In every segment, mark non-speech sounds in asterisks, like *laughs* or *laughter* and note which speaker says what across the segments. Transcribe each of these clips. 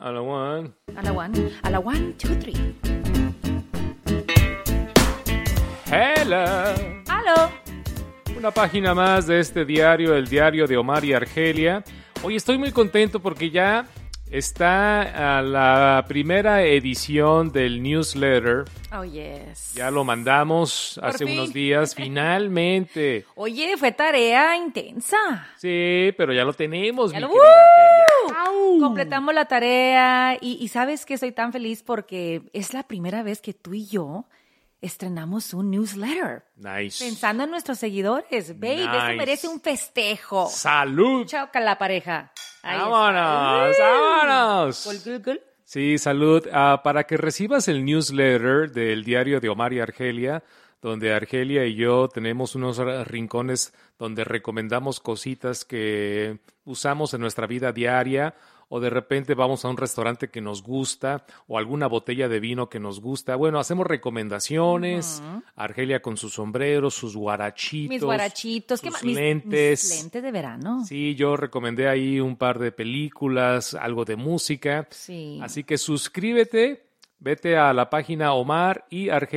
Speaker 1: A la one.
Speaker 2: A la one, a la one, two, three.
Speaker 1: Hello.
Speaker 2: ¡Aló!
Speaker 1: Una página más de este diario, el diario de Omar y Argelia. Hoy estoy muy contento porque ya está a la primera edición del newsletter.
Speaker 2: Oh, yes.
Speaker 1: Ya lo mandamos hace
Speaker 2: fin.
Speaker 1: unos
Speaker 2: *laughs*
Speaker 1: días, finalmente.
Speaker 2: Oye, fue tarea intensa.
Speaker 1: Sí, pero ya lo tenemos, mi
Speaker 2: Ya lo-
Speaker 1: querida Argelia.
Speaker 2: ¡Woo! Completamos la tarea y, y sabes que estoy tan feliz porque es la primera vez que tú y yo estrenamos un newsletter.
Speaker 1: Nice.
Speaker 2: Pensando en nuestros seguidores, babe,
Speaker 1: Nice.
Speaker 2: eso merece un festejo.
Speaker 1: ¡Salud!
Speaker 2: Chao, con la pareja. Ahí está.
Speaker 1: ¡Vámonos! ¡Vámonos!
Speaker 2: Gol, gol, gol.
Speaker 1: Sí, salud. Ah, para que recibas el newsletter del diario de Omar y Argelia, donde Argelia y yo tenemos unos ra- rincones donde recomendamos cositas que usamos en nuestra vida diaria o de repente vamos a un restaurante que nos gusta o alguna botella de vino que nos gusta. Bueno, hacemos recomendaciones. Argelia con sus sombreros, sus guarachitos.
Speaker 2: Mis guarachitos, ¿qué
Speaker 1: sus
Speaker 2: más? Mis- mis
Speaker 1: lentes.
Speaker 2: lentes de verano.
Speaker 1: Sí, yo recomendé ahí un par de películas, algo de música.
Speaker 2: Sí.
Speaker 1: Así que suscríbete, vete a la página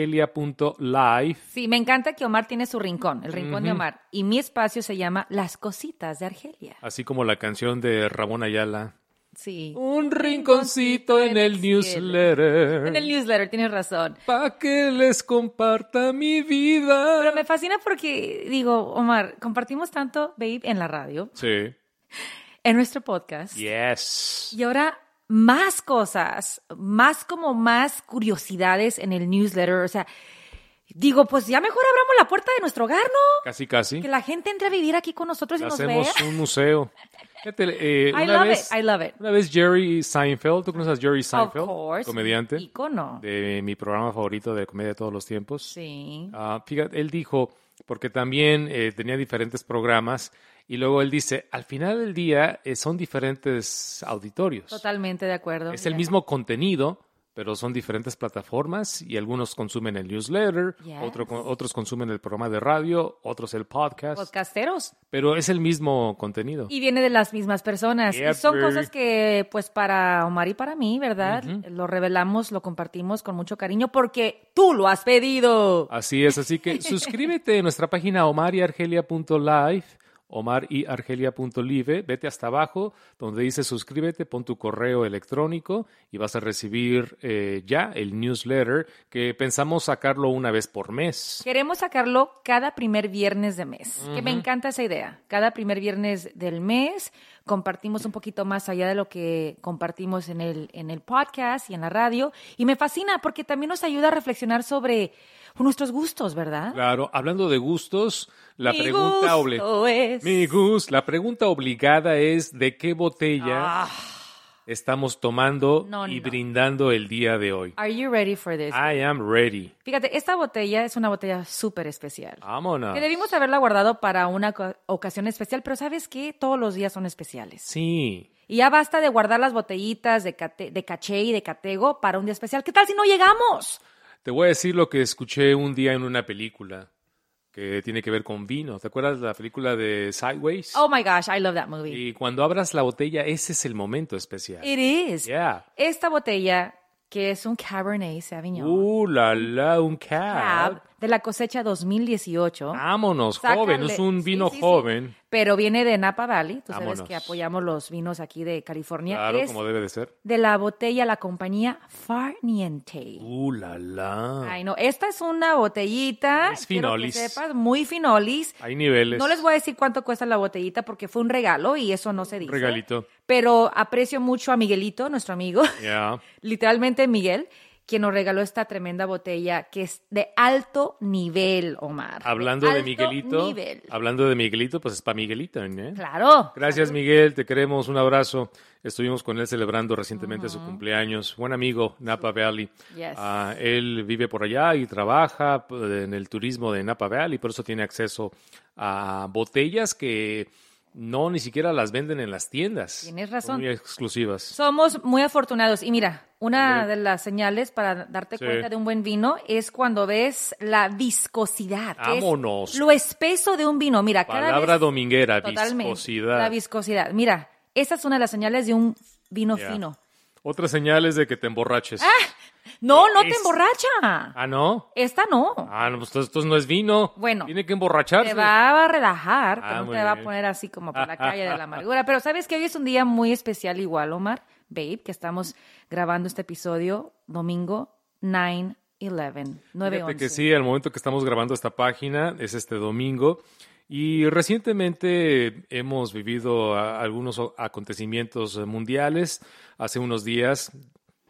Speaker 1: omaryargelia.live.
Speaker 2: Sí, me encanta que Omar tiene su rincón, el rincón de Omar. Y mi espacio se llama Las Cositas de Argelia.
Speaker 1: Así como la canción de Ramón Ayala.
Speaker 2: Sí.
Speaker 1: Un rinconcito en el newsletter.
Speaker 2: En el newsletter, tienes razón.
Speaker 1: Pa' que les comparta mi vida.
Speaker 2: Pero me fascina porque, digo, Omar, compartimos tanto, babe, en la radio,
Speaker 1: Sí.
Speaker 2: en nuestro podcast.
Speaker 1: Yes.
Speaker 2: Y ahora más cosas, más como más curiosidades en el newsletter. O sea, digo, pues ya mejor abramos la puerta de nuestro hogar, ¿no?
Speaker 1: Casi, casi.
Speaker 2: Que la gente entre a vivir aquí con nosotros y nos
Speaker 1: Hacemos
Speaker 2: vea.
Speaker 1: un museo. Fíjate, eh,
Speaker 2: I
Speaker 1: una
Speaker 2: love
Speaker 1: vez-
Speaker 2: it, I love it.
Speaker 1: Una vez Jerry Seinfeld, ¿tú conoces a Jerry Seinfeld?
Speaker 2: Of course.
Speaker 1: Comediante
Speaker 2: Icono.
Speaker 1: de mi programa favorito de comedia de todos los tiempos.
Speaker 2: Sí.
Speaker 1: Ah, fíjate, él dijo, porque también eh, tenía diferentes programas, y luego él dice, al final del día eh, son diferentes auditorios.
Speaker 2: Totalmente de acuerdo.
Speaker 1: Es el
Speaker 2: Ya.
Speaker 1: mismo contenido, pero son diferentes plataformas y algunos consumen el newsletter,
Speaker 2: Yes.
Speaker 1: otro con- otros consumen el programa de radio, otros el podcast,
Speaker 2: Podcasteros.
Speaker 1: pero es el mismo contenido.
Speaker 2: Y viene de las mismas personas.
Speaker 1: Yeah,
Speaker 2: y son
Speaker 1: baby.
Speaker 2: cosas que, pues, para Omar y para mí, ¿verdad? Lo revelamos, lo compartimos con mucho cariño porque tú lo has pedido.
Speaker 1: Así es, así que suscríbete a nuestra página omaryargelia.live, omaryargelia.live, vete hasta abajo donde dice suscríbete, pon tu correo electrónico y vas a recibir eh, ya el newsletter que pensamos sacarlo una vez por mes.
Speaker 2: Queremos sacarlo cada primer viernes de mes, que me encanta esa idea. Cada primer viernes del mes compartimos un poquito más allá de lo que compartimos en el, en el podcast y en la radio. Y me fascina porque también nos ayuda a reflexionar sobre nuestros gustos, ¿verdad?
Speaker 1: Claro, hablando de gustos, la
Speaker 2: Mi
Speaker 1: pregunta obli-
Speaker 2: gusto es-
Speaker 1: Mi gus, la pregunta obligada es de qué botella
Speaker 2: Ah.
Speaker 1: estamos tomando
Speaker 2: No,
Speaker 1: y
Speaker 2: no.
Speaker 1: brindando el día de hoy.
Speaker 2: Are you ready for this?
Speaker 1: I am ready.
Speaker 2: Fíjate, esta botella es una botella súper especial.
Speaker 1: Vámonos.
Speaker 2: Que debimos haberla guardado para una co- ocasión especial, pero ¿sabes qué? Todos los días son especiales.
Speaker 1: Sí.
Speaker 2: Y ya basta de guardar las botellitas de, cate- de caché y de catego para un día especial. ¿Qué tal si no llegamos?
Speaker 1: Te voy a decir lo que escuché un día en una película que tiene que ver con vino. ¿Te acuerdas de la película de Sideways?
Speaker 2: Oh my gosh, I love that movie.
Speaker 1: Y cuando abras la botella, ese es el momento especial.
Speaker 2: It is.
Speaker 1: Yeah.
Speaker 2: Esta botella, que es un Cabernet Sauvignon
Speaker 1: Uh, la, la, un cab.
Speaker 2: Cab de la cosecha 2018.
Speaker 1: Ah. Vámonos,
Speaker 2: Sácale.
Speaker 1: joven. Es un
Speaker 2: Sí,
Speaker 1: vino
Speaker 2: sí, sí.
Speaker 1: joven.
Speaker 2: Pero viene de Napa Valley. Tú sabes
Speaker 1: Vámonos.
Speaker 2: que apoyamos los vinos aquí de California.
Speaker 1: Claro,
Speaker 2: Es
Speaker 1: como debe de ser.
Speaker 2: de la botella la compañía Farniente.
Speaker 1: Uh, la, la.
Speaker 2: Ay, no, esta es una botellita.
Speaker 1: Es
Speaker 2: quiero
Speaker 1: finolis.
Speaker 2: Que sepas, muy finolis.
Speaker 1: Hay niveles.
Speaker 2: No les voy a decir cuánto cuesta la botellita porque fue un regalo y eso no se dice.
Speaker 1: Regalito.
Speaker 2: Pero aprecio mucho a Miguelito, nuestro amigo, *laughs*
Speaker 1: Yeah.
Speaker 2: literalmente Miguel, quien nos regaló esta tremenda botella que es de alto nivel, Omar.
Speaker 1: Hablando de
Speaker 2: alto
Speaker 1: Miguelito.
Speaker 2: nivel.
Speaker 1: Hablando de Miguelito, pues es para Miguelito, ¿eh?
Speaker 2: Claro.
Speaker 1: Gracias, Miguel. Te queremos. Un abrazo. Estuvimos con él celebrando recientemente su cumpleaños. Buen amigo, Napa Valley.
Speaker 2: Yes.
Speaker 1: Ah, él vive por allá y trabaja p- en el turismo de Napa Valley, por eso tiene acceso a botellas que no ni siquiera las venden en las tiendas.
Speaker 2: Tienes
Speaker 1: Son
Speaker 2: razón.
Speaker 1: Muy exclusivas.
Speaker 2: Somos muy afortunados. Y mira, una
Speaker 1: Sí.
Speaker 2: de las señales para darte
Speaker 1: Sí.
Speaker 2: cuenta de un buen vino es cuando ves la viscosidad. que es
Speaker 1: Vámonos.
Speaker 2: lo espeso de un vino. Mira, cada
Speaker 1: Palabra
Speaker 2: vez-
Speaker 1: dominguera,
Speaker 2: Totalmente.
Speaker 1: viscosidad.
Speaker 2: La viscosidad. Mira, esa es una de las señales de un vino
Speaker 1: Yeah.
Speaker 2: fino.
Speaker 1: Otra señal es de que te emborraches.
Speaker 2: Ah. No, no te
Speaker 1: Es-
Speaker 2: emborracha.
Speaker 1: Ah, ¿no.
Speaker 2: Esta no.
Speaker 1: Ah, no, pues esto- esto no es vino.
Speaker 2: Bueno.
Speaker 1: Tiene que emborracharse.
Speaker 2: Te va a relajar,
Speaker 1: Ah,
Speaker 2: pero no
Speaker 1: muy
Speaker 2: te va a
Speaker 1: bien.
Speaker 2: poner así como
Speaker 1: *laughs*
Speaker 2: por la calle de la amargura. Pero sabes que hoy es un día muy especial igual, Omar, babe, que estamos grabando este episodio domingo 9-11, 9-11.
Speaker 1: Fíjate que sí, al momento que estamos grabando esta página, es este domingo, y recientemente hemos vivido a- algunos o- acontecimientos eh, mundiales. Hace unos días,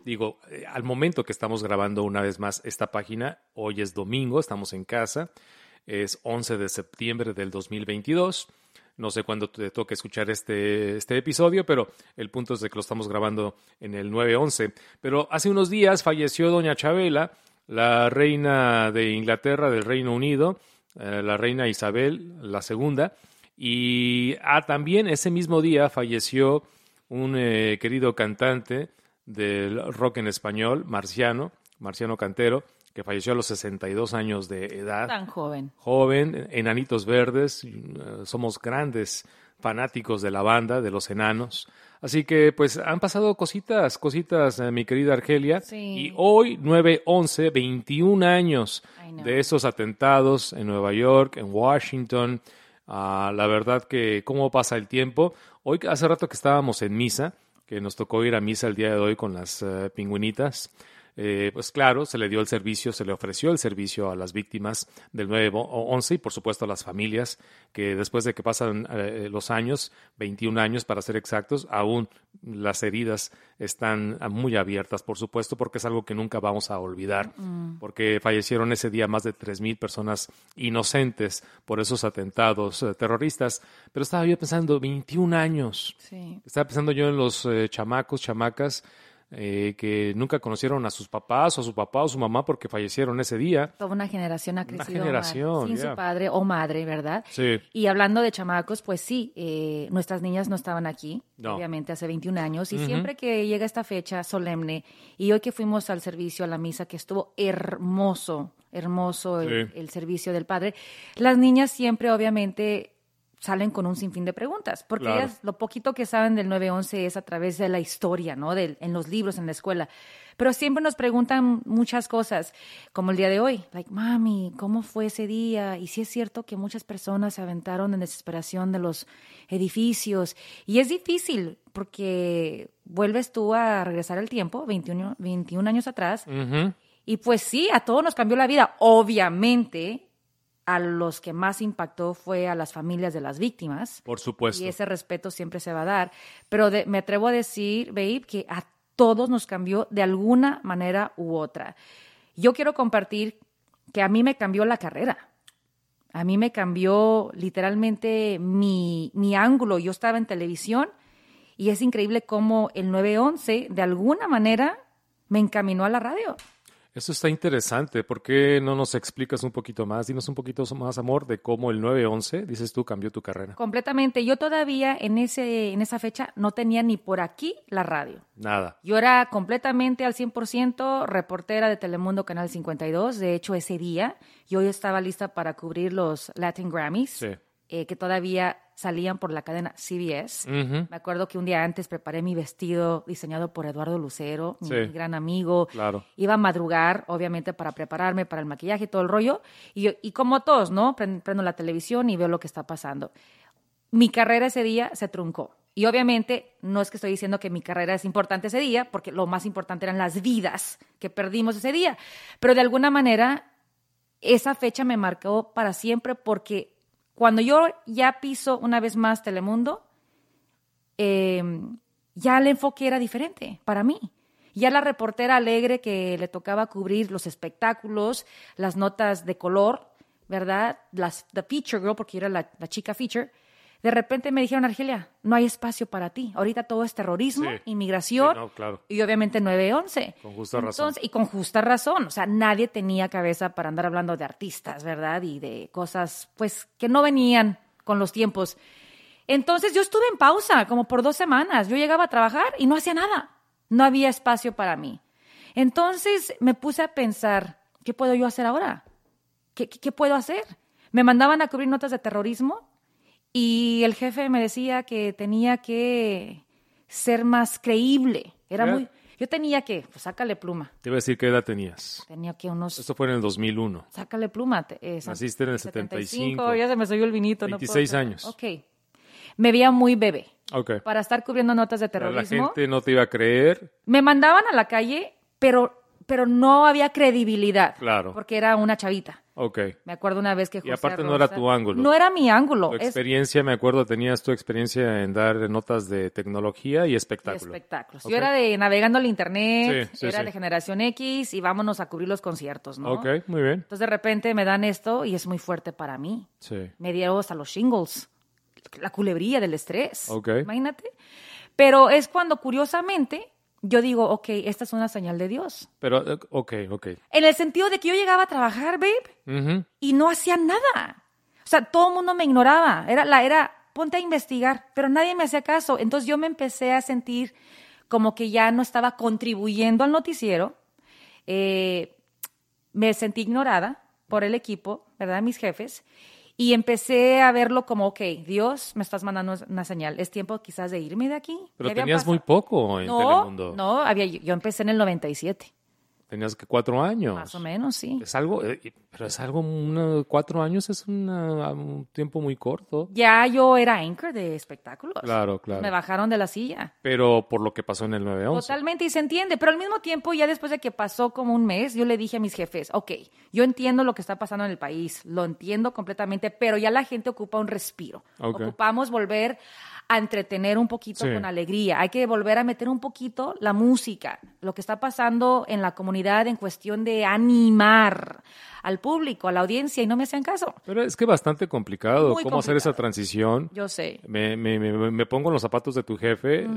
Speaker 1: digo, eh, al momento que estamos grabando una vez más esta página, hoy es domingo, estamos en casa, es 11 de septiembre del 2022. No sé cuándo te toque escuchar este, este episodio, pero el punto es de que lo estamos grabando en el 9-11. Pero hace unos días falleció doña Chabela, la reina de Inglaterra, del Reino Unido, eh, la reina Isabel la segunda. Y ah, también ese mismo día falleció un eh, querido cantante del rock en español, Marciano, Marciano Cantero, que falleció a los 62 años de edad
Speaker 2: Tan joven.
Speaker 1: joven, enanitos verdes, y, eh, somos grandes fanáticos de la banda, de los enanos. Así que pues han pasado cositas, cositas, eh, mi querida Argelia.
Speaker 2: Sí.
Speaker 1: Y hoy 9-11, 21 años
Speaker 2: I know.
Speaker 1: de esos atentados en Nueva York, en Washington. Ah, la verdad que cómo pasa el tiempo. Hoy hace rato que estábamos en misa, que nos tocó ir a misa el día de hoy con las eh, pingüinitas. Eh, pues claro, se le dio el servicio, se le ofreció el servicio a las víctimas del 9-11 y por supuesto a las familias que después de que pasan eh, los años, 21 años para ser exactos, aún las heridas están ah, muy abiertas, por supuesto, porque es algo que nunca vamos a olvidar, porque fallecieron ese día más de 3.000 personas inocentes por esos atentados eh, terroristas. Pero estaba yo pensando, 21 años.
Speaker 2: Sí.
Speaker 1: Estaba pensando yo en los eh, chamacos, chamacas, eh, que nunca conocieron a sus papás o a su papá o su mamá porque fallecieron ese día.
Speaker 2: Toda una generación ha crecido Omar,
Speaker 1: generación,
Speaker 2: sin
Speaker 1: ya.
Speaker 2: su padre o madre, ¿verdad?
Speaker 1: Sí.
Speaker 2: Y hablando de chamacos, pues sí, eh, nuestras niñas no estaban aquí,
Speaker 1: No.
Speaker 2: obviamente, hace 21 años. Y siempre que llega esta fecha solemne, y hoy que fuimos al servicio, a la misa, que estuvo hermoso, hermoso el,
Speaker 1: Sí.
Speaker 2: el servicio del Padre, las niñas siempre, obviamente, salen con un sinfín de preguntas, porque
Speaker 1: Claro.
Speaker 2: ellas lo poquito que saben del 911 es a través de la historia, ¿no? Del- en los libros, en la escuela. Pero siempre nos preguntan muchas cosas, como el día de hoy, like, mami, ¿cómo fue ese día? Y sí es cierto que muchas personas se aventaron en desesperación de los edificios. Y es difícil, porque vuelves tú a regresar al tiempo, 21, 21 años atrás,
Speaker 1: Ujú.
Speaker 2: y pues sí, a todos nos cambió la vida. Obviamente, a los que más impactó fue a las familias de las víctimas.
Speaker 1: Por supuesto.
Speaker 2: Y ese respeto siempre se va a dar. Pero de- me atrevo a decir, babe, que a todos nos cambió de alguna manera u otra. Yo quiero compartir que a mí me cambió la carrera. A mí me cambió literalmente mi, mi ángulo. Yo estaba en televisión y es increíble cómo el 911 de alguna manera me encaminó a la radio.
Speaker 1: Eso está interesante. ¿Por qué no nos explicas un poquito más? Dinos un poquito más, amor, de cómo el 9-11, dices tú, cambió tu carrera.
Speaker 2: Completamente. Yo todavía en, ese, en esa fecha no tenía ni por aquí la radio.
Speaker 1: Nada.
Speaker 2: Yo era completamente al 100% reportera de Telemundo Canal 52. De hecho, ese día yo ya estaba lista para cubrir los Latin Grammys,
Speaker 1: Sí.
Speaker 2: eh, que todavía salían por la cadena CBS.
Speaker 1: Ujú.
Speaker 2: Me acuerdo que un día antes preparé mi vestido diseñado por Eduardo Lucero, mi
Speaker 1: Sí.
Speaker 2: gran amigo.
Speaker 1: Claro.
Speaker 2: Iba a madrugar, obviamente, para prepararme para el maquillaje y todo el rollo. Y, yo- y como todos, ¿no? Pren- Prendo la televisión y veo lo que está pasando. Mi carrera ese día se truncó. Y obviamente no es que estoy diciendo que mi carrera es importante ese día, porque lo más importante eran las vidas que perdimos ese día. Pero de alguna manera esa fecha me marcó para siempre porque cuando yo ya piso una vez más Telemundo, eh, ya el enfoque era diferente para mí. Ya la reportera alegre que le tocaba cubrir los espectáculos, las notas de color, ¿verdad? Las the feature girl, porque yo era la, la chica feature. De repente me dijeron, Argelia, no hay espacio para ti. Ahorita todo es terrorismo,
Speaker 1: Sí.
Speaker 2: inmigración
Speaker 1: Sí, no, claro.
Speaker 2: y obviamente 911.
Speaker 1: Con justa razón.
Speaker 2: Entonces- Y con justa razón. O sea, nadie tenía cabeza para andar hablando de artistas, ¿verdad? Y de cosas, pues, que no venían con los tiempos. Entonces yo estuve en pausa como por dos semanas. Yo llegaba a trabajar y no hacía nada. No había espacio para mí. Entonces me puse a pensar, ¿qué puedo yo hacer ahora? ¿Qué, qué- qué puedo hacer? Me mandaban a cubrir notas de terrorismo y el jefe me decía que tenía que ser más creíble. Era
Speaker 1: Fíjate-
Speaker 2: muy... Yo tenía que, pues sácale pluma.
Speaker 1: Te iba a decir qué edad tenías.
Speaker 2: Tenía que unos.
Speaker 1: Esto fue en el 2001.
Speaker 2: Sácale pluma. te- eh, son-
Speaker 1: Naciste en el 75.
Speaker 2: Ya se me subió el vinito. no puedo
Speaker 1: 26
Speaker 2: creer.
Speaker 1: años.
Speaker 2: Ok. Me veía muy bebé.
Speaker 1: Ok.
Speaker 2: Para estar cubriendo notas de
Speaker 1: Pero la
Speaker 2: terrorismo.
Speaker 1: gente no te iba a creer.
Speaker 2: Me mandaban a la calle, pero, pero no había credibilidad.
Speaker 1: Claro.
Speaker 2: Porque era una chavita.
Speaker 1: Ok.
Speaker 2: Me acuerdo una vez que José
Speaker 1: aparte no era
Speaker 2: Rosa-
Speaker 1: tu ángulo.
Speaker 2: No era mi ángulo.
Speaker 1: Tu
Speaker 2: Es
Speaker 1: experiencia, me acuerdo, tenías tu experiencia en dar notas de tecnología y
Speaker 2: de
Speaker 1: espectáculo.
Speaker 2: espectáculos.
Speaker 1: Ok.
Speaker 2: Yo era de navegando al internet,
Speaker 1: Sí, sí,
Speaker 2: era
Speaker 1: sí.
Speaker 2: de generación X y vámonos a cubrir los conciertos, ¿no?
Speaker 1: Ok, muy bien.
Speaker 2: Entonces de repente me dan esto y es muy fuerte para mí.
Speaker 1: Sí.
Speaker 2: Me dieron hasta los shingles, la culebría del estrés.
Speaker 1: Ok.
Speaker 2: Imagínate. Pero es cuando curiosamente yo digo, ok, esta es una señal de Dios.
Speaker 1: Pero, eh, ok, ok.
Speaker 2: En el sentido de que yo llegaba a trabajar, babe,
Speaker 1: Ujú.
Speaker 2: y no hacía nada. O sea, todo el mundo me ignoraba. Era la era ponte a investigar, pero nadie me hacía caso. Entonces yo me empecé a sentir como que ya no estaba contribuyendo al noticiero. Eh, me sentí ignorada por el equipo, ¿verdad? Mis jefes. Y empecé a verlo como, ok, Dios, me estás mandando una señal. Es tiempo quizás de irme de aquí.
Speaker 1: Pero
Speaker 2: Ya habían
Speaker 1: tenías
Speaker 2: pasado-
Speaker 1: muy poco en
Speaker 2: No,
Speaker 1: Telemundo.
Speaker 2: no, había, yo empecé en el 97,
Speaker 1: Tenías que cuatro años.
Speaker 2: más o menos, sí.
Speaker 1: Es algo, eh, y- pero es algo, una- cuatro años es una- un tiempo muy corto.
Speaker 2: Ya yo era anchor de espectáculos.
Speaker 1: Claro, claro.
Speaker 2: Me bajaron de la silla.
Speaker 1: Pero por lo que pasó en el 9-11.
Speaker 2: Totalmente, y se entiende, pero al mismo tiempo, ya después de que pasó como un mes, yo le dije a mis jefes, ok, yo entiendo lo que está pasando en el país, lo entiendo completamente, pero ya la gente ocupa un respiro.
Speaker 1: Ok.
Speaker 2: Ocupamos volver a entretener un poquito
Speaker 1: Sí.
Speaker 2: con alegría, hay que volver a meter un poquito la música, lo que está pasando en la comunidad en cuestión de animar al público, a la audiencia, y no me hacían caso.
Speaker 1: Pero es que bastante complicado
Speaker 2: Muy
Speaker 1: cómo hacer esa
Speaker 2: complicado.
Speaker 1: transición.
Speaker 2: Yo sé.
Speaker 1: Me, me- me- me pongo en los zapatos de tu jefe, eh,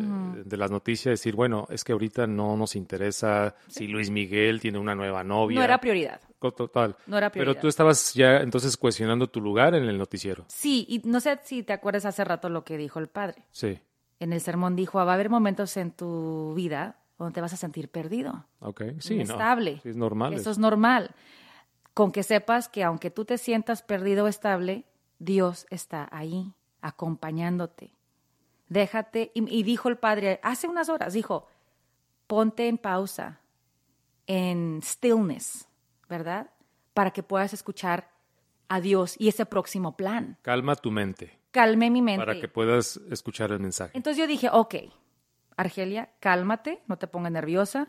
Speaker 1: de las noticias, decir, bueno, es que ahorita no nos interesa si Luis Miguel tiene una nueva novia.
Speaker 2: No era prioridad.
Speaker 1: Co- Total.
Speaker 2: No era
Speaker 1: Pero
Speaker 2: prioridad.
Speaker 1: tú estabas ya entonces cuestionando tu lugar en el noticiero.
Speaker 2: Sí, y no sé si te acuerdas hace rato lo que dijo el padre.
Speaker 1: Sí,
Speaker 2: en el sermón dijo, "Ah, va a haber momentos en tu vida donde te vas a sentir perdido,
Speaker 1: ok. Sí, no.
Speaker 2: inestable.
Speaker 1: Sí, es normal.
Speaker 2: Eso es normal. Con que sepas que aunque tú te sientas perdido o estable, Dios está ahí, acompañándote. Déjate, y, y dijo el padre hace unas horas, dijo, ponte en pausa, en stillness, ¿verdad? Para que puedas escuchar a Dios y ese próximo plan.
Speaker 1: Calma tu mente
Speaker 2: Calme mi mente.
Speaker 1: para que puedas escuchar el mensaje.
Speaker 2: Entonces yo dije, ok, Argelia, cálmate, no te pongas nerviosa,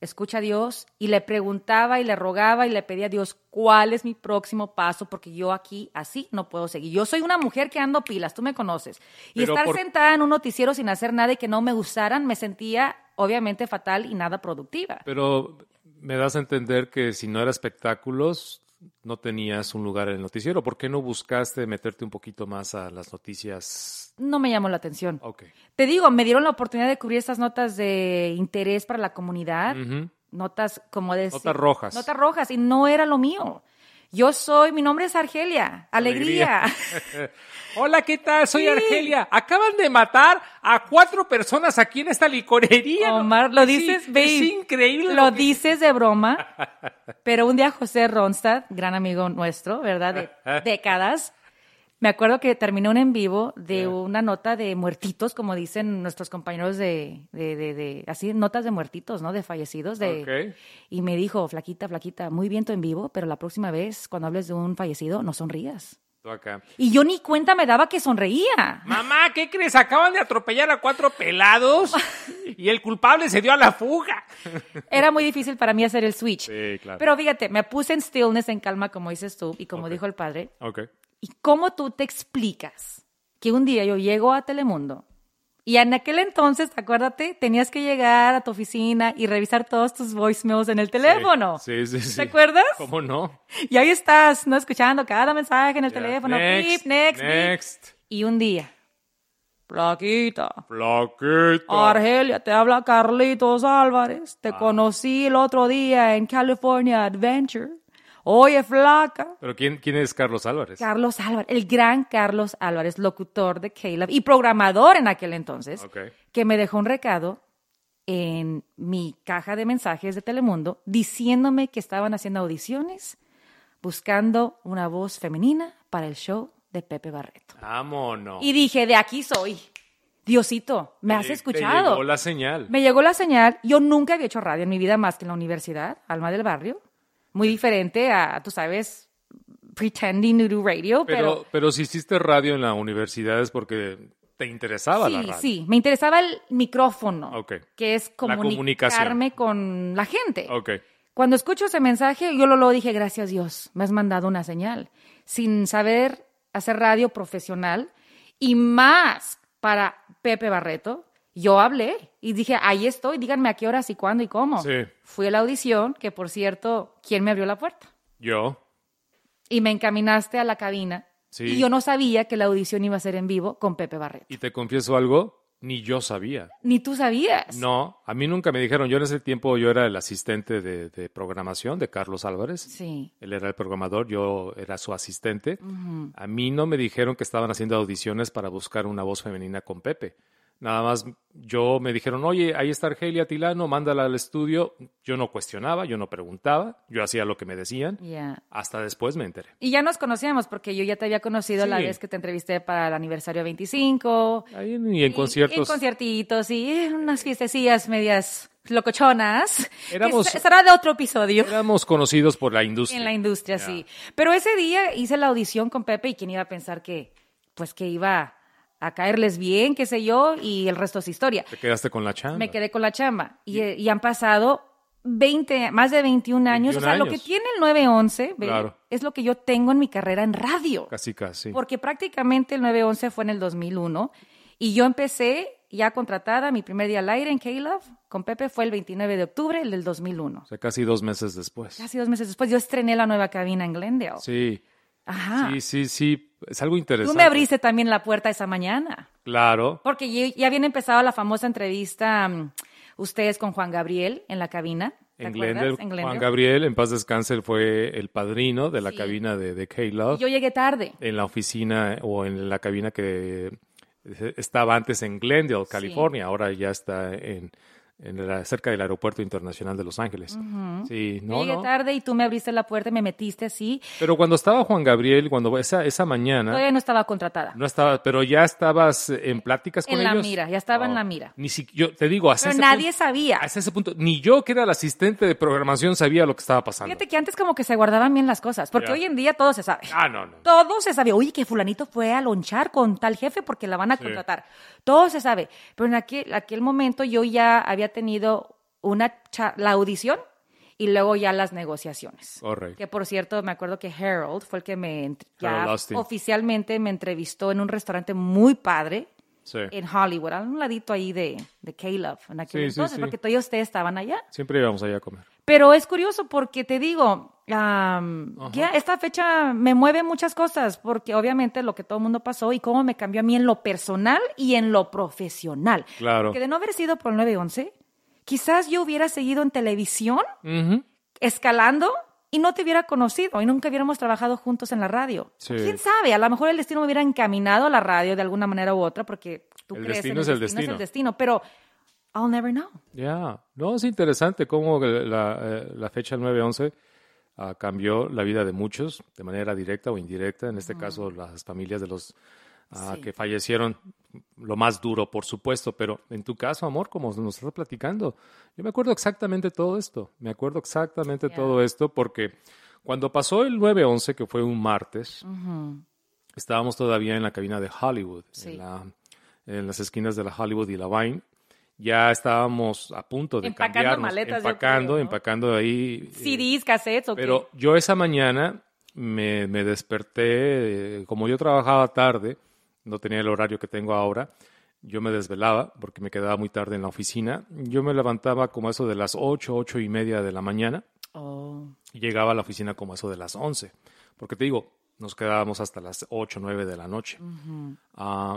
Speaker 2: escucha a Dios. Y le preguntaba y le rogaba y le pedía a Dios cuál es mi próximo paso, porque yo aquí así no puedo seguir. Yo soy una mujer que ando pilas, tú me conoces. Y
Speaker 1: Pero
Speaker 2: estar
Speaker 1: por-
Speaker 2: sentada en un noticiero sin hacer nada y que no me gustaran, me sentía obviamente fatal y nada productiva.
Speaker 1: Pero me das a entender que si no era espectáculos, no tenías un lugar en el noticiero. ¿Por qué no buscaste meterte un poquito más a las noticias?
Speaker 2: No me llamó la atención.
Speaker 1: Ok.
Speaker 2: Te digo, me dieron la oportunidad de cubrir estas notas de interés para la comunidad.
Speaker 1: Ujú.
Speaker 2: notas como de
Speaker 1: Notas rojas.
Speaker 2: notas rojas y no era lo mío yo soy mi nombre es Argelia alegría, *laughs*
Speaker 1: Hola, ¿qué tal? Soy Argelia. Acaban de matar a cuatro personas aquí en esta licorería. ¿no?
Speaker 2: Omar lo
Speaker 1: Es in-
Speaker 2: dices babe.
Speaker 1: Es increíble.
Speaker 2: lo
Speaker 1: que-
Speaker 2: dices de
Speaker 1: *laughs*
Speaker 2: broma pero un día José Ronstadt gran amigo nuestro verdad de décadas me acuerdo que terminó un en vivo de una nota de muertitos como dicen nuestros compañeros de, de, de- de- así notas de muertitos no de fallecidos de
Speaker 1: Ok.
Speaker 2: y me dijo flaquita flaquita muy bien tu en vivo pero la próxima vez cuando hables de un fallecido no sonrías
Speaker 1: Tú acá.
Speaker 2: Y yo ni cuenta me daba que sonreía.
Speaker 1: Mamá, ¿qué crees? Acaban de atropellar a cuatro pelados y el culpable se dio a la fuga.
Speaker 2: Era muy difícil para mí hacer el switch.
Speaker 1: Sí, claro.
Speaker 2: Pero fíjate, me puse en stillness, en calma, como dices tú y como
Speaker 1: Ok.
Speaker 2: dijo el padre.
Speaker 1: Ok.
Speaker 2: ¿Y cómo tú te explicas que un día yo llego a Telemundo y en aquel entonces, acuérdate, tenías que llegar a tu oficina y revisar todos tus voicemails en el teléfono?
Speaker 1: Sí, sí, sí.
Speaker 2: ¿Te acuerdas?
Speaker 1: ¿Cómo no?
Speaker 2: Y ahí estás, ¿no? Escuchando cada mensaje en el
Speaker 1: Ya.
Speaker 2: Este teléfono.
Speaker 1: Next,
Speaker 2: Beep, next, beep.
Speaker 1: next.
Speaker 2: Y un día, plaquita.
Speaker 1: Plaquito.
Speaker 2: Argelia, te habla Carlitos Álvarez.
Speaker 1: Ah.
Speaker 2: Te conocí el otro día en California Adventure. Oye, flaca.
Speaker 1: Pero quién, quién es Carlos Álvarez?
Speaker 2: Carlos Álvarez, el gran Carlos Álvarez, locutor de Caleb y programador en aquel entonces,
Speaker 1: Ok.
Speaker 2: que me dejó un recado en mi caja de mensajes de Telemundo diciéndome que estaban haciendo audiciones buscando una voz femenina para el show de Pepe Barreto.
Speaker 1: Vámonos.
Speaker 2: Y dije, de aquí soy. Diosito, me has
Speaker 1: Oh. Te-
Speaker 2: escuchado.
Speaker 1: Te llegó la señal.
Speaker 2: Me llegó la señal. Yo nunca había hecho radio en mi vida más que en la universidad, Alma del Barrio. Muy diferente a, tú sabes, pretending to do radio, pero...
Speaker 1: Pero, pero si hiciste radio en la universidad es porque te interesaba
Speaker 2: sí,
Speaker 1: la radio.
Speaker 2: sí, me interesaba el micrófono,
Speaker 1: Ok.
Speaker 2: que es
Speaker 1: La comunicación.
Speaker 2: comunicarme con la gente.
Speaker 1: Ok.
Speaker 2: Cuando escucho ese mensaje, yo lo, lo dije, gracias Dios, me has mandado una señal, sin saber hacer radio profesional y más para Pepe Barreto. Yo hablé y dije, ahí estoy, díganme a qué horas y cuándo y cómo.
Speaker 1: Sí.
Speaker 2: Fui a la audición, que por cierto, ¿quién me abrió la puerta?
Speaker 1: Yo.
Speaker 2: Y me encaminaste a la cabina.
Speaker 1: Sí.
Speaker 2: Y yo no sabía que la audición iba a ser en vivo con Pepe Barreto.
Speaker 1: Y te confieso algo, ni yo sabía.
Speaker 2: Ni tú sabías.
Speaker 1: No, a mí nunca me dijeron. Yo en ese tiempo yo era el asistente de, de programación de Carlos Álvarez.
Speaker 2: Sí.
Speaker 1: Él era el programador, yo era su asistente. A mí no me dijeron que estaban haciendo audiciones para buscar una voz femenina con Pepe. Nada más yo me dijeron, oye, ahí está Argelia Tilano, mándala al estudio. Yo no cuestionaba, yo no preguntaba, yo hacía lo que me decían.
Speaker 2: Ya.
Speaker 1: Hasta después me enteré.
Speaker 2: Y ya nos conocíamos porque yo ya te había conocido la
Speaker 1: Sí.
Speaker 2: vez que te entrevisté para el aniversario 25.
Speaker 1: Ahí en- y en
Speaker 2: Y-
Speaker 1: conciertos.
Speaker 2: En conciertitos y eh, unas fiestecillas medias locochonas. que
Speaker 1: Éramos-
Speaker 2: se- será de otro episodio.
Speaker 1: Éramos conocidos por la industria.
Speaker 2: *laughs* En la industria,
Speaker 1: Ya.
Speaker 2: sí. Pero ese día hice la audición con Pepe y quién iba a pensar que, pues que iba a caerles bien, qué sé yo, y el resto es historia.
Speaker 1: Te quedaste con la chamba.
Speaker 2: Me quedé con la chamba y, eh, y han pasado 20, más de 21 años.
Speaker 1: 21
Speaker 2: o sea, lo que
Speaker 1: años.
Speaker 2: tiene el 911 ve,
Speaker 1: Claro.
Speaker 2: es lo que yo tengo en mi carrera en radio.
Speaker 1: Casi, casi.
Speaker 2: Porque prácticamente el 911 fue en el 2001 y yo empecé ya contratada, mi primer día al aire en K-Love con Pepe fue el 29 de octubre del 2001.
Speaker 1: O sea, casi dos meses después.
Speaker 2: Casi dos meses después yo estrené la nueva cabina en Glendale.
Speaker 1: Sí,
Speaker 2: Ajá.
Speaker 1: sí, sí, sí. Es algo interesante.
Speaker 2: Ah. Tú me abriste también la puerta esa mañana,
Speaker 1: Claro.
Speaker 2: porque ya- ya habían empezado la famosa entrevista mm, ustedes con Juan Gabriel en la cabina. ¿te
Speaker 1: En
Speaker 2: acuerdas?
Speaker 1: Glendale,
Speaker 2: En Glendale.
Speaker 1: Juan Gabriel, en paz descanse, él fue el padrino de la
Speaker 2: Sí.
Speaker 1: cabina de, de K-Love,
Speaker 2: Y Yo llegué tarde.
Speaker 1: en la oficina eh, o en la cabina que eh, estaba antes en Glendale, California, ahora ya está en, en la- cerca del Aeropuerto Internacional de Los Ángeles. Sí,
Speaker 2: Yo
Speaker 1: no,
Speaker 2: llegué
Speaker 1: no.
Speaker 2: tarde y tú me abriste la puerta y me metiste así.
Speaker 1: Pero cuando estaba Juan Gabriel, cuando esa, esa mañana,
Speaker 2: Todavía no estaba contratada.
Speaker 1: no estaba, pero ya estabas eh, en pláticas con
Speaker 2: En la
Speaker 1: ellos.
Speaker 2: mira, ya estaba en
Speaker 1: No,
Speaker 2: la mira.
Speaker 1: Ni si- yo te digo, hasta
Speaker 2: Pero
Speaker 1: ese
Speaker 2: nadie
Speaker 1: punto-
Speaker 2: sabía.
Speaker 1: Hasta ese punto, ni yo que era el asistente de programación sabía lo que estaba pasando.
Speaker 2: Fíjate que antes como que se guardaban bien las cosas, porque
Speaker 1: Ah, Ya.
Speaker 2: hoy en día todo se sabe.
Speaker 1: Ah, no, no.
Speaker 2: Todo se sabe. Oye, que fulanito fue a lonchar con tal jefe porque la van a
Speaker 1: Sí.
Speaker 2: contratar. Todo se sabe. Pero en aquel, aquel momento yo ya había tenido una cha- la audición y luego ya las negociaciones.
Speaker 1: Correcto.
Speaker 2: Que por cierto, me acuerdo que Harold fue el que me ent- ya
Speaker 1: Harold Austin.
Speaker 2: oficialmente me entrevistó en un restaurante muy padre
Speaker 1: Sí.
Speaker 2: en Hollywood, a un ladito ahí de, de Caleb en aquel
Speaker 1: Sí, sí,
Speaker 2: entonces,
Speaker 1: sí.
Speaker 2: porque todos ustedes estaban allá.
Speaker 1: Siempre íbamos allá a comer.
Speaker 2: Pero es curioso porque te digo, am, ya esta fecha me mueve muchas cosas, porque obviamente lo que todo el mundo pasó y cómo me cambió a mí en lo personal y en lo profesional.
Speaker 1: Claro.
Speaker 2: Que de no haber sido por el 911, quizás yo hubiera seguido en televisión escalando y no te hubiera conocido y nunca hubiéramos trabajado juntos en la radio.
Speaker 1: Sí.
Speaker 2: ¿Quién sabe? A lo mejor el destino me hubiera encaminado a la radio de alguna manera u otra, porque tú
Speaker 1: El
Speaker 2: crees
Speaker 1: destino
Speaker 2: en
Speaker 1: es el
Speaker 2: es
Speaker 1: destino.
Speaker 2: el destino, pero I'll never know.
Speaker 1: Ya. No, es interesante cómo el- la, eh, la fecha 9-11 ah, cambió la vida de muchos de manera directa o indirecta. En este caso, las familias de los ah,
Speaker 2: Sí.
Speaker 1: que fallecieron, lo más duro, por supuesto. Pero en tu caso, amor, como nos estás platicando, yo me acuerdo exactamente todo esto. Me acuerdo exactamente
Speaker 2: Ya.
Speaker 1: todo esto porque cuando pasó el 9-11, que fue un martes, estábamos todavía en la cabina de Hollywood,
Speaker 2: Sí.
Speaker 1: en, la- en las esquinas de la Hollywood y la Vine. Ya estábamos a punto de
Speaker 2: Empacando
Speaker 1: cambiarnos,
Speaker 2: maletas, yo
Speaker 1: empacando,
Speaker 2: creo, ¿no?
Speaker 1: empacando ahí. eh,
Speaker 2: CDs, cassettes o qué?
Speaker 1: pero yo esa mañana me, me desperté, eh, como yo trabajaba tarde, no tenía el horario que tengo ahora, yo me desvelaba porque me quedaba muy tarde en la oficina. Yo me levantaba como eso de las 8, 8 y media de la mañana
Speaker 2: Oh.
Speaker 1: y llegaba a la oficina como eso de las 11. Porque te digo, nos quedábamos hasta las 8, 9 de la noche. Ah,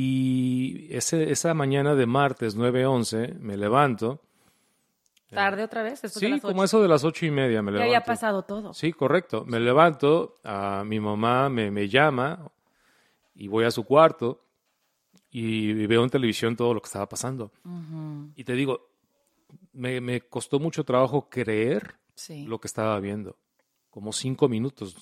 Speaker 1: y ese- esa mañana de martes 9, 11 me levanto.
Speaker 2: Tarde otra vez, después de
Speaker 1: Eh, Sí,
Speaker 2: las
Speaker 1: como
Speaker 2: ocho.
Speaker 1: eso de las 8 y media me
Speaker 2: Ya
Speaker 1: levanto.
Speaker 2: había pasado todo.
Speaker 1: Sí, correcto. Me levanto, ah, mi mamá me, me llama y voy a su cuarto y veo en televisión todo lo que estaba pasando. Y te digo, me, me costó mucho trabajo creer
Speaker 2: Sí.
Speaker 1: lo que estaba viendo. Como cinco minutos.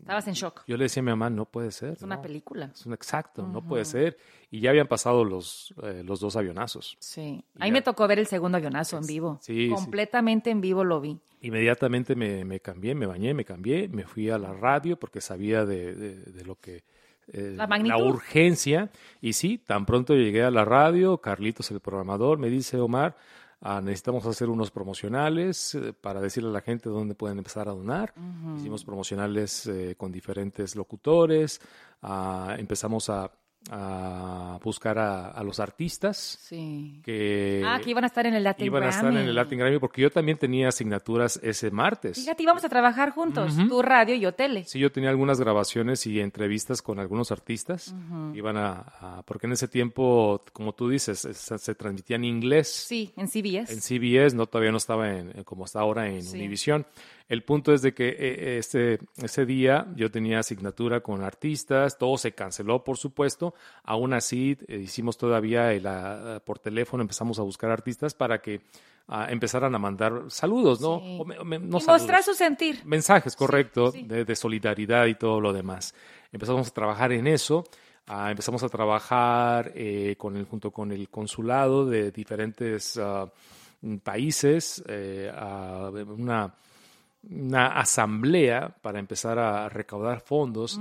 Speaker 2: Estabas en shock.
Speaker 1: Yo le decía a mi mamá, no puede ser.
Speaker 2: Es una
Speaker 1: no,
Speaker 2: película.
Speaker 1: Es un exacto, no puede ser. Y ya habían pasado los, eh, los dos avionazos.
Speaker 2: Sí.
Speaker 1: Y
Speaker 2: A mí
Speaker 1: ya-
Speaker 2: me tocó ver el segundo avionazo en vivo.
Speaker 1: Sí, sí.
Speaker 2: Completamente en vivo lo vi.
Speaker 1: Inmediatamente me, me cambié, me bañé, me cambié, me fui a la radio porque sabía de, de- de lo que... eh,
Speaker 2: La magnitud.
Speaker 1: urgencia. Y sí, tan pronto llegué a la radio, Carlitos el programador me dice, Omar, ah, necesitamos hacer unos promocionales eh, para decirle a la gente dónde pueden empezar a donar. Hicimos promocionales eh, con diferentes locutores, ah, empezamos a, a buscar a, a los artistas
Speaker 2: Sí.
Speaker 1: que...
Speaker 2: ah, que iban a estar en el Latin
Speaker 1: Iban a estar en el Latin Grammy porque yo también tenía asignaturas ese martes.
Speaker 2: Fíjate, íbamos a trabajar juntos, tú radio y yo tele.
Speaker 1: Sí, yo tenía algunas grabaciones y entrevistas con algunos artistas. Iban a, a- Porque en ese tiempo, como tú dices, es- se transmitía en inglés.
Speaker 2: Sí, en CBS.
Speaker 1: En CBS, no, todavía no estaba en, en- como está ahora en
Speaker 2: Sí.
Speaker 1: Univision. El punto es de que eh, este, ese día yo tenía asignatura con artistas, todo se canceló, por supuesto. Aún así, eh, hicimos todavía el, ah, por teléfono, empezamos a buscar artistas para que ah, empezaran a mandar saludos, ¿no?
Speaker 2: Sí.
Speaker 1: O me- o me- no
Speaker 2: y
Speaker 1: saludos.
Speaker 2: mostrar su sentir.
Speaker 1: Mensajes, correcto,
Speaker 2: sí.
Speaker 1: De, de solidaridad y todo lo demás. Empezamos a trabajar en eso. ah, empezamos a trabajar eh, con el, junto con el consulado de diferentes ah, mm, países, eh, ah, una, una asamblea para empezar a recaudar fondos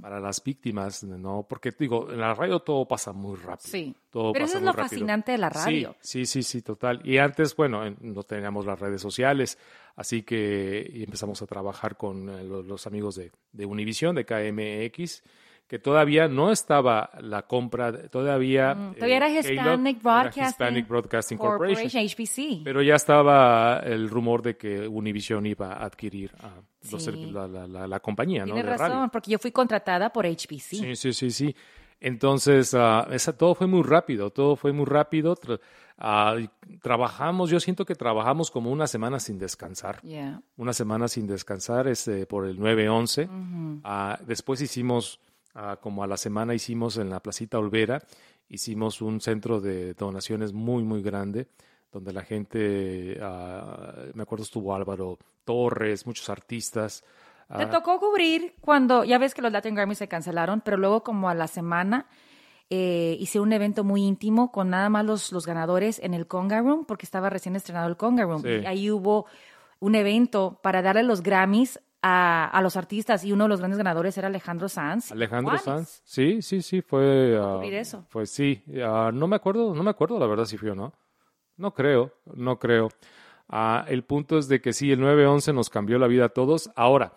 Speaker 1: para las víctimas, ¿no? Porque digo, en la radio todo pasa muy rápido.
Speaker 2: Sí.
Speaker 1: Todo
Speaker 2: Pero
Speaker 1: pasa
Speaker 2: eso es
Speaker 1: muy
Speaker 2: lo
Speaker 1: rápido.
Speaker 2: fascinante de la radio.
Speaker 1: Sí, sí, sí, sí, total. Y antes, bueno, en- no teníamos las redes sociales, así que y empezamos a trabajar con eh, lo- los, amigos de, de Univision, de KMX, que todavía no estaba la compra, de- todavía...
Speaker 2: Mm, todavía era
Speaker 1: eh, Kellogg
Speaker 2: Hispanic
Speaker 1: era
Speaker 2: Broadcasting
Speaker 1: Hispanic Broadcasting Corporation,
Speaker 2: Corporation, HBC.
Speaker 1: Pero ya estaba el rumor de que Univision iba a adquirir ah, los
Speaker 2: Sí.
Speaker 1: ser- la, la- la- la compañía, ¿no?
Speaker 2: Tienes
Speaker 1: de
Speaker 2: razón,
Speaker 1: radio.
Speaker 2: porque yo fui contratada por HBC.
Speaker 1: Sí, sí, sí, sí. Entonces, ah, esa, todo fue muy rápido, todo fue muy rápido. Tra- ah, y trabajamos, yo siento que trabajamos como una semana sin descansar.
Speaker 2: Yeah.
Speaker 1: Una semana sin descansar este, por el 9-11.
Speaker 2: Mm.
Speaker 1: Ah, después hicimos, ah, como a la semana hicimos en la Placita Olvera, hicimos un centro de donaciones muy, muy grande, donde la gente, ah, me acuerdo estuvo Álvaro Torres, muchos artistas.
Speaker 2: Te
Speaker 1: ah,
Speaker 2: tocó cubrir cuando, ya ves que los Latin Grammys se cancelaron, pero luego como a la semana eh, hice un evento muy íntimo con nada más los, los ganadores en el Conga Room, porque estaba recién estrenado el Conga Room.
Speaker 1: Sí.
Speaker 2: Y ahí hubo un evento para darle los Grammys a, a los artistas y uno de los grandes ganadores era Alejandro Sanz.
Speaker 1: Alejandro
Speaker 2: ¿Cuáles?
Speaker 1: Sanz. Sí, sí, sí, fue. ah,
Speaker 2: Cubrir eso.
Speaker 1: Fue sí. ah, no me acuerdo, no me acuerdo la verdad si fui o no. No creo, no creo. Ah, el punto es de que sí, el 9-11 nos cambió la vida a todos. Ahora,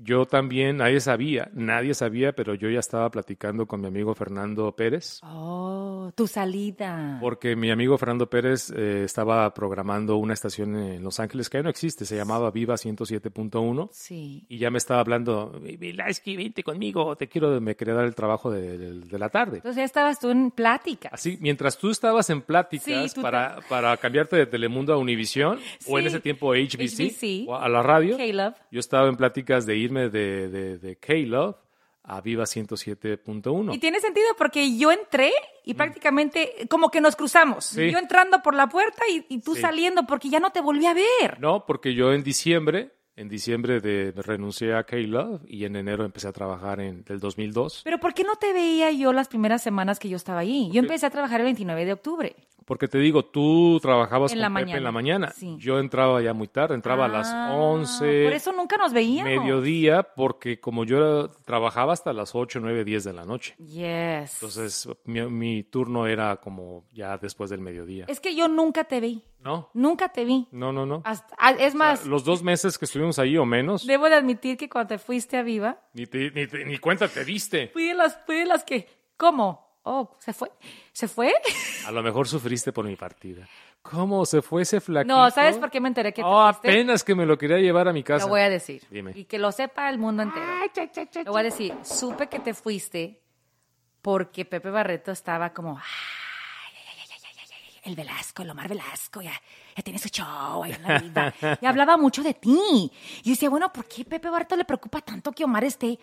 Speaker 1: yo también, nadie sabía, nadie sabía, pero yo ya estaba platicando con mi amigo Fernando Pérez.
Speaker 2: Oh, tu salida.
Speaker 1: Porque mi amigo Fernando Pérez eh, estaba programando una estación en Los Ángeles que ya no existe, se llamaba Viva 107.1
Speaker 2: Sí.
Speaker 1: y ya me estaba hablando, Vilasky, vente conmigo, te quiero, me quería dar el trabajo de, de- de la tarde.
Speaker 2: Entonces ya estabas tú en plática.
Speaker 1: Así, mientras tú estabas en pláticas
Speaker 2: Sí, tú
Speaker 1: para, para cambiarte de Telemundo a Univisión, o en
Speaker 2: Sí,
Speaker 1: ese tiempo HBC,
Speaker 2: HBC,
Speaker 1: o a la radio,
Speaker 2: Caleb.
Speaker 1: yo estaba en pláticas de irme de, de, de K-Love a Viva 107.1.
Speaker 2: Y tiene sentido porque yo entré y prácticamente como que nos cruzamos.
Speaker 1: Mm. Sí.
Speaker 2: Yo entrando por la puerta y, y tú
Speaker 1: Sí.
Speaker 2: saliendo porque ya no te volví a ver.
Speaker 1: No, porque yo en diciembre, en diciembre de, renuncié a K-Love y en enero empecé a trabajar en el 2002.
Speaker 2: Pero ¿por qué no te veía yo las primeras semanas que yo estaba ahí? Yo empecé a trabajar el 29 de octubre.
Speaker 1: Porque te digo, tú trabajabas
Speaker 2: En
Speaker 1: con
Speaker 2: la
Speaker 1: Pepe en la
Speaker 2: mañana,
Speaker 1: mañana.
Speaker 2: sí.
Speaker 1: Yo entraba ya muy tarde, entraba a las
Speaker 2: Ah,
Speaker 1: 11,
Speaker 2: Por eso nunca nos veíamos.
Speaker 1: mediodía, porque como yo era- trabajaba hasta las 8, 9, 10 de la noche.
Speaker 2: Yes.
Speaker 1: Entonces, mi, mi turno era como ya después del mediodía.
Speaker 2: es que yo nunca te vi.
Speaker 1: No,
Speaker 2: Nunca te vi.
Speaker 1: no, no, no.
Speaker 2: Hasta- ah, es
Speaker 1: O sea,
Speaker 2: más,
Speaker 1: Los dos meses que estuvimos ahí o menos,
Speaker 2: debo de admitir que cuando te fuiste a Viva,
Speaker 1: ni, te- ni, te- ni cuenta te diste.
Speaker 2: fui de las, fui de las que... ¿Cómo? Oh, ¿se fue? ¿Se fue?
Speaker 1: A lo mejor sufriste por mi partida. ¿Cómo se fue ese flaquito?
Speaker 2: No, ¿sabes por qué me enteré que te
Speaker 1: Oh,
Speaker 2: fuiste?
Speaker 1: apenas que me lo quería llevar a mi casa.
Speaker 2: Lo voy a decir.
Speaker 1: Dime.
Speaker 2: Y que lo sepa el mundo entero. Lo voy a decir. Supe que te fuiste porque Pepe Barreto estaba como. "Ay, ay, ay, ay, ay, ay, ay, El Velasco, el Omar Velasco, ya, ya tiene su show ahí en la vida. Y hablaba mucho de ti. Y decía, bueno, ¿por qué Pepe Barreto le preocupa tanto que Omar esté?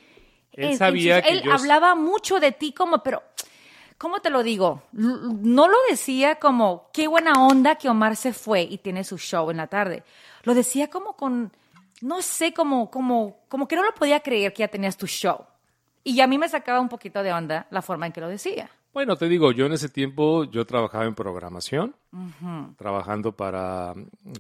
Speaker 1: Él sabía que
Speaker 2: él
Speaker 1: yo-
Speaker 2: hablaba mucho de ti, como, pero, ¿cómo te lo digo? L- No lo decía como, qué buena onda que Omar se fue y tiene su show en la tarde. Lo decía como con, no sé, como, como, como que no lo podía creer que ya tenías tu show. Y a mí me sacaba un poquito de onda la forma en que lo decía.
Speaker 1: Bueno, te digo, yo en ese tiempo yo trabajaba en programación, trabajando para,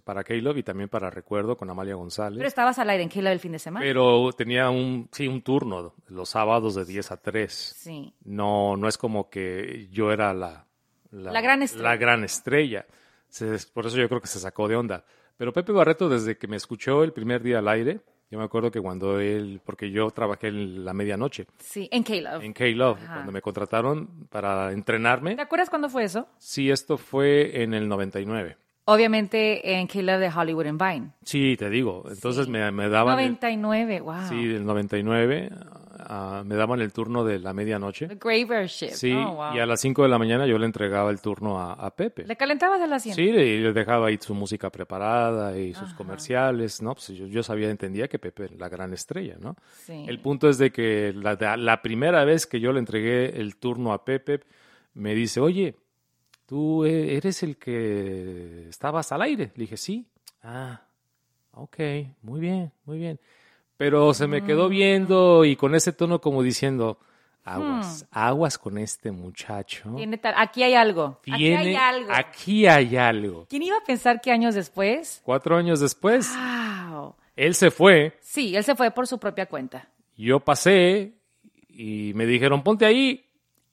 Speaker 1: para Caleb y también para Recuerdo con Amalia González.
Speaker 2: Pero estabas al aire en Kilo el fin de semana.
Speaker 1: Pero tenía un, sí, un turno, los sábados de 10 a 3.
Speaker 2: sí.
Speaker 1: No, no es como que yo era la,
Speaker 2: La gran estrella.
Speaker 1: la gran estrella. Se- por eso yo creo que se sacó de onda. Pero Pepe Barreto, desde que me escuchó el primer día al aire, yo me acuerdo que cuando él, porque yo trabajé en la medianoche
Speaker 2: Sí, en Caleb.
Speaker 1: en K-Love,
Speaker 2: Ajá.
Speaker 1: cuando me contrataron para entrenarme.
Speaker 2: ¿Te acuerdas cuándo fue eso?
Speaker 1: Sí, esto fue en el 99.
Speaker 2: Obviamente en Caleb de Hollywood and Vine.
Speaker 1: Sí, te digo. Entonces me, me daban... el-
Speaker 2: 99, wow.
Speaker 1: Sí, del 99. ah, me daban el turno de la medianoche.
Speaker 2: The Gravership.
Speaker 1: Sí,
Speaker 2: Oh, wow.
Speaker 1: y a las 5 de la mañana yo le entregaba el turno a, a Pepe.
Speaker 2: ¿Le calentabas el asiento?
Speaker 1: Sí, y le dejaba ahí su música preparada y sus comerciales, ¿no? Pues yo, yo sabía, entendía que Pepe era la gran estrella, ¿no?
Speaker 2: Sí.
Speaker 1: El punto es de que la, da- la primera vez que yo le entregué el turno a Pepe, me dice, oye, tú eh, eres el que estabas al aire. Le dije, sí. Ah, ok, muy bien, muy bien. Pero se me
Speaker 2: Ah.
Speaker 1: quedó viendo y con ese tono como diciendo, aguas, aguas con este muchacho.
Speaker 2: Hmm. Tiene tal- Aquí hay algo.
Speaker 1: Tiene-
Speaker 2: aquí hay algo.
Speaker 1: Aquí hay algo.
Speaker 2: ¿Quién iba a pensar que años después?
Speaker 1: Cuatro años después,
Speaker 2: Wow.
Speaker 1: él se fue,
Speaker 2: Sí, él se fue por su propia cuenta.
Speaker 1: yo pasé y me dijeron, ponte ahí.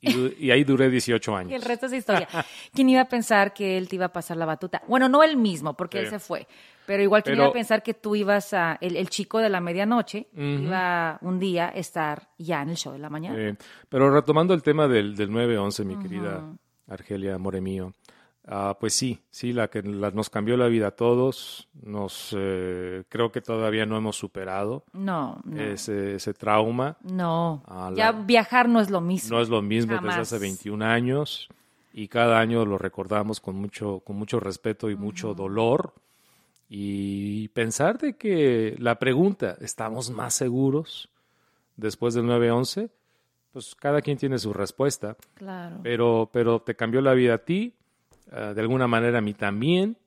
Speaker 1: Y, du- y ahí duré 18
Speaker 2: Y el
Speaker 1: años.
Speaker 2: resto es
Speaker 1: *laughs*
Speaker 2: historia. ¿Quién iba a pensar que él te iba a pasar la batuta? Bueno, no él mismo, porque
Speaker 1: Sí.
Speaker 2: él se fue. Pero igual, ¿quién
Speaker 1: Pero-
Speaker 2: iba a pensar que tú ibas a. El, el chico de la medianoche iba un día a estar ya en el show de la mañana?
Speaker 1: Eh, pero retomando el tema del, del 9-11, mi querida Argelia Moremío, ah, pues sí, sí, la que la- nos cambió la vida a todos, nos eh, creo que todavía no hemos superado
Speaker 2: No, no.
Speaker 1: ese, ese trauma.
Speaker 2: no.
Speaker 1: Ah, la-
Speaker 2: Ya viajar no es lo mismo.
Speaker 1: No es lo mismo
Speaker 2: Jamás.
Speaker 1: desde hace 21 años y cada año lo recordamos con mucho, con mucho respeto y mucho dolor. Y pensar de que la pregunta, ¿estamos más seguros después del 9-11? Pues cada quien tiene su respuesta,
Speaker 2: Claro.
Speaker 1: pero, pero te cambió la vida a ti, eh, de alguna manera a mí también,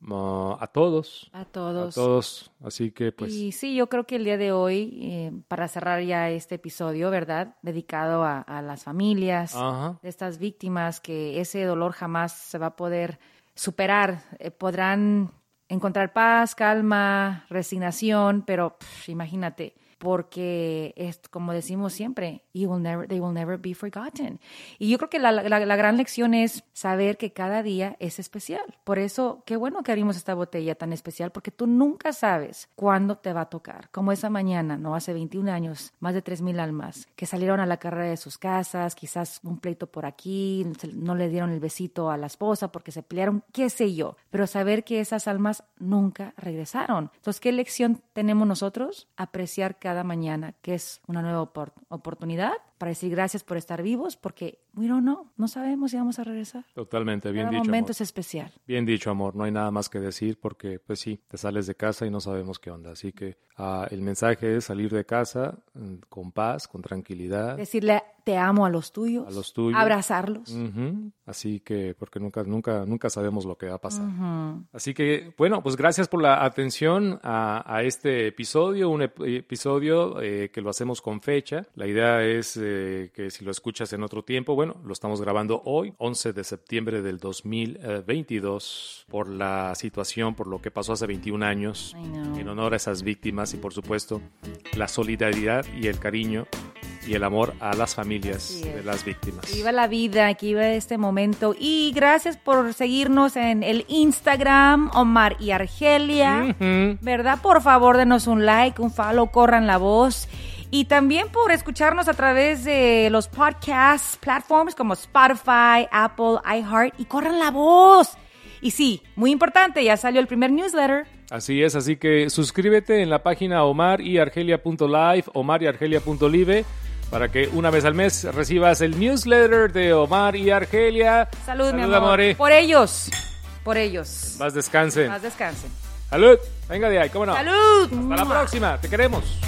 Speaker 1: mo- a todos.
Speaker 2: A todos.
Speaker 1: A todos. Así que pues...
Speaker 2: Y sí, yo creo que el día de hoy, eh, para cerrar ya este episodio, ¿verdad? Dedicado a, a las familias
Speaker 1: Ajá.
Speaker 2: de estas víctimas, que ese dolor jamás se va a poder superar. Eh, podrán encontrar paz, calma, resignación, pero pff, imagínate, porque es como decimos siempre, you will never, they will never be forgotten. Y yo creo que la, la- la gran lección es saber que cada día es especial. Por eso, qué bueno que abrimos esta botella tan especial, porque tú nunca sabes cuándo te va a tocar. Como esa mañana, ¿no? Hace 21 años, más de 3.000 almas que salieron a la carrera de sus casas, quizás un pleito por aquí, se- no le dieron el besito a la esposa porque se pelearon, qué sé yo. Pero saber que esas almas nunca regresaron. Entonces, ¿qué lección tenemos nosotros? Apreciar cada mañana, que es una nueva opor- oportunidad para decir gracias por estar vivos, porque, bueno, no, no sabemos si vamos a regresar.
Speaker 1: Totalmente, bien
Speaker 2: Cada
Speaker 1: dicho.
Speaker 2: momento
Speaker 1: amor.
Speaker 2: es especial.
Speaker 1: Bien dicho, amor. No hay nada más que decir porque, pues sí, te sales de casa y no sabemos qué onda. Así que ah, el mensaje es salir de casa mm, con paz, con tranquilidad.
Speaker 2: Decirle te amo a los tuyos.
Speaker 1: A los tuyos. Mm.
Speaker 2: Abrazarlos.
Speaker 1: Ujú. Así que, porque nunca, nunca, nunca sabemos lo que va a pasar. Así que, bueno, pues gracias por la atención a, a este episodio, un ep- episodio eh, que lo hacemos con fecha. La idea es eh, que si lo escuchas en otro tiempo, bueno, lo estamos grabando hoy, 11 de septiembre del 2022, por la situación, por lo que pasó hace 21 años,
Speaker 2: I know.
Speaker 1: en honor a esas víctimas y, por supuesto, la solidaridad y el cariño y el amor a las familias
Speaker 2: Así es.
Speaker 1: de las víctimas.
Speaker 2: Que viva la vida, que viva este momento. Y gracias por seguirnos en el Instagram, Omar y Argelia.
Speaker 1: Mm. Ujú.
Speaker 2: ¿Verdad? Por favor, denos un like, un follow, corran la voz. Y también por escucharnos a través de los podcasts, platforms como Spotify, Apple, iHeart. Y corran la voz. Y sí, muy importante, ya salió el primer newsletter.
Speaker 1: Así es, así que suscríbete en la página omariargelia.live, omariargelia.live, para que una vez al mes recibas el newsletter de Omar y Argelia.
Speaker 2: Salud, mi amor.
Speaker 1: amore.
Speaker 2: Por ellos. Por ellos.
Speaker 1: Más descansen.
Speaker 2: Más descansen.
Speaker 1: Salud. Venga de ahí, cómo no.
Speaker 2: Salud.
Speaker 1: Hasta la próxima. Te queremos.